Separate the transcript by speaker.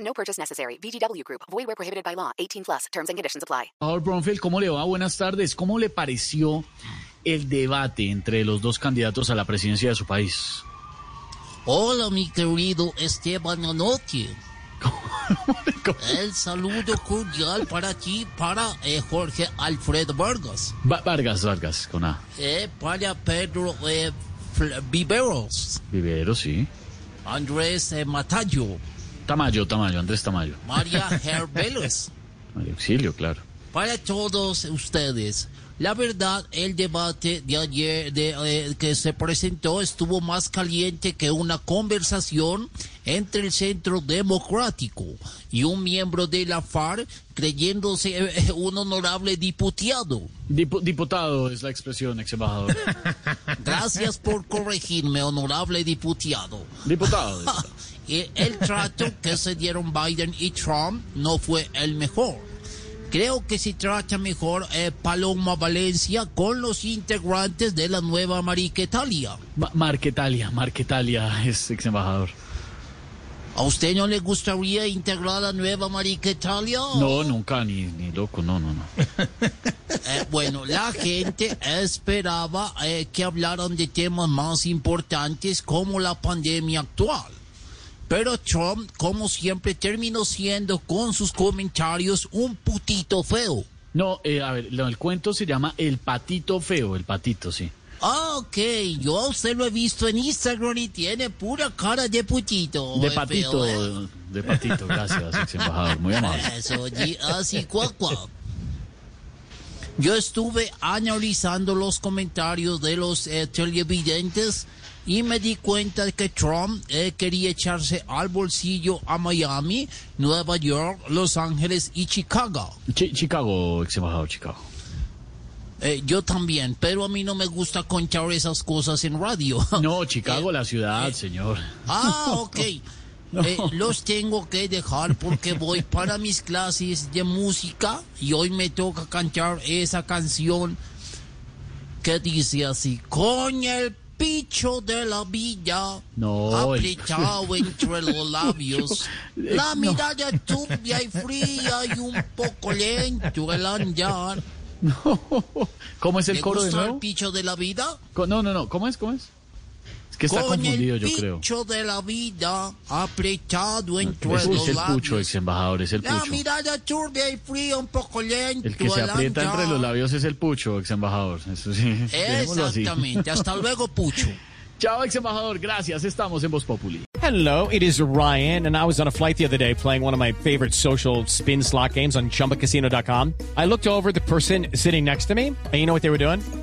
Speaker 1: No purchase necessary. VGW Group. Void where prohibited by law. 18 plus. Terms and conditions apply.
Speaker 2: Señor Bronfield, ¿cómo le va? Buenas tardes. ¿Cómo le pareció el debate entre los dos candidatos a la presidencia de su país?
Speaker 3: Hola, mi querido Esteban Anotti. El saludo cordial para ti, para eh, Jorge Alfredo Vargas,
Speaker 2: Va- Vargas, Vargas, con A.
Speaker 3: eh, para Pedro eh, Fl- Viveros,
Speaker 2: Vivero, sí.
Speaker 3: Andrés eh, Matayo,
Speaker 2: Tamayo, Tamayo, Andrés Tamayo.
Speaker 3: María Herbeles.
Speaker 2: María Auxilio, claro.
Speaker 3: para todos ustedes. La verdad, el debate de ayer de, eh, que se presentó estuvo más caliente que una conversación entre el Centro Democrático y un miembro de la FARC creyéndose eh, un honorable diputado.
Speaker 2: Dipu- diputado es la expresión, ex embajador.
Speaker 3: Gracias por corregirme, honorable diputado.
Speaker 2: Diputado. diputado.
Speaker 3: Y el trato que se dieron Biden y Trump no fue el mejor. Creo que se trata mejor eh, Paloma Valencia con los integrantes de la nueva Mariquetalia.
Speaker 2: Ma- Marquetalia, Marquetalia es ex embajador.
Speaker 3: ¿A usted no le gustaría integrar la nueva Mariquetalia?
Speaker 2: No, nunca, ni, ni loco, no, no, no.
Speaker 3: Eh, bueno, la gente esperaba eh, que hablaran de temas más importantes como la pandemia actual. Pero Trump, como siempre, terminó siendo con sus comentarios un putito feo.
Speaker 2: No, eh, a ver, lo- el cuento se llama El Patito Feo, el patito, sí.
Speaker 3: Ah, ok, yo a usted lo he visto en Instagram y tiene pura cara de putito.
Speaker 2: De
Speaker 3: eh,
Speaker 2: patito,
Speaker 3: feo, eh.
Speaker 2: de patito, gracias, ex embajador. Muy amable.
Speaker 3: Eso, y así, cuac, cuac. Yo estuve analizando los comentarios de los eh, televidentes y me di cuenta que Trump eh, quería echarse al bolsillo a Miami, Nueva York, Los Ángeles y Chicago.
Speaker 2: Chi- Chicago, ex embajador, Chicago.
Speaker 3: Eh, yo también, pero a mí no me gusta contar esas cosas en radio. Eh,
Speaker 2: No, Chicago, la ciudad, señor.
Speaker 3: Ah, ok. Eh, los tengo que dejar porque voy para mis clases de música y hoy me toca cantar esa canción que dice así, con el picho de la villa
Speaker 2: No, el-
Speaker 3: apretado entre los labios,
Speaker 2: Eh,
Speaker 3: la
Speaker 2: no.
Speaker 3: mirada turbia y fría y un poco lento el andar.
Speaker 2: ¿Cómo es el
Speaker 3: ¿Te
Speaker 2: coro de
Speaker 3: gusta el
Speaker 2: nuevo?
Speaker 3: picho de la vida?
Speaker 2: Co- No, no, no, ¿cómo es? ¿Cómo es? Es que está
Speaker 3: con
Speaker 2: confundido,
Speaker 3: el
Speaker 2: yo creo.
Speaker 3: picho de la vida apretado entre
Speaker 2: Es,
Speaker 3: los
Speaker 2: es el pucho,
Speaker 3: labios.
Speaker 2: ex embajador, es el
Speaker 3: La
Speaker 2: pucho.
Speaker 3: mirada turbia y fría, un poco lento.
Speaker 2: El que se
Speaker 3: al
Speaker 2: aprieta
Speaker 3: andar.
Speaker 2: entre los labios es el pucho, ex embajador. Eso sí. dejémoslo así.
Speaker 3: Exactamente. Hasta luego, Pucho.
Speaker 2: Chao, ex embajador, gracias. Estamos en Voz Populi.
Speaker 4: Hello, it is Ryan, and I was on a flight the other day playing one of my favorite social spin slot games on chumbacasino.com. I looked over at the person sitting next to me, and you know what they were doing?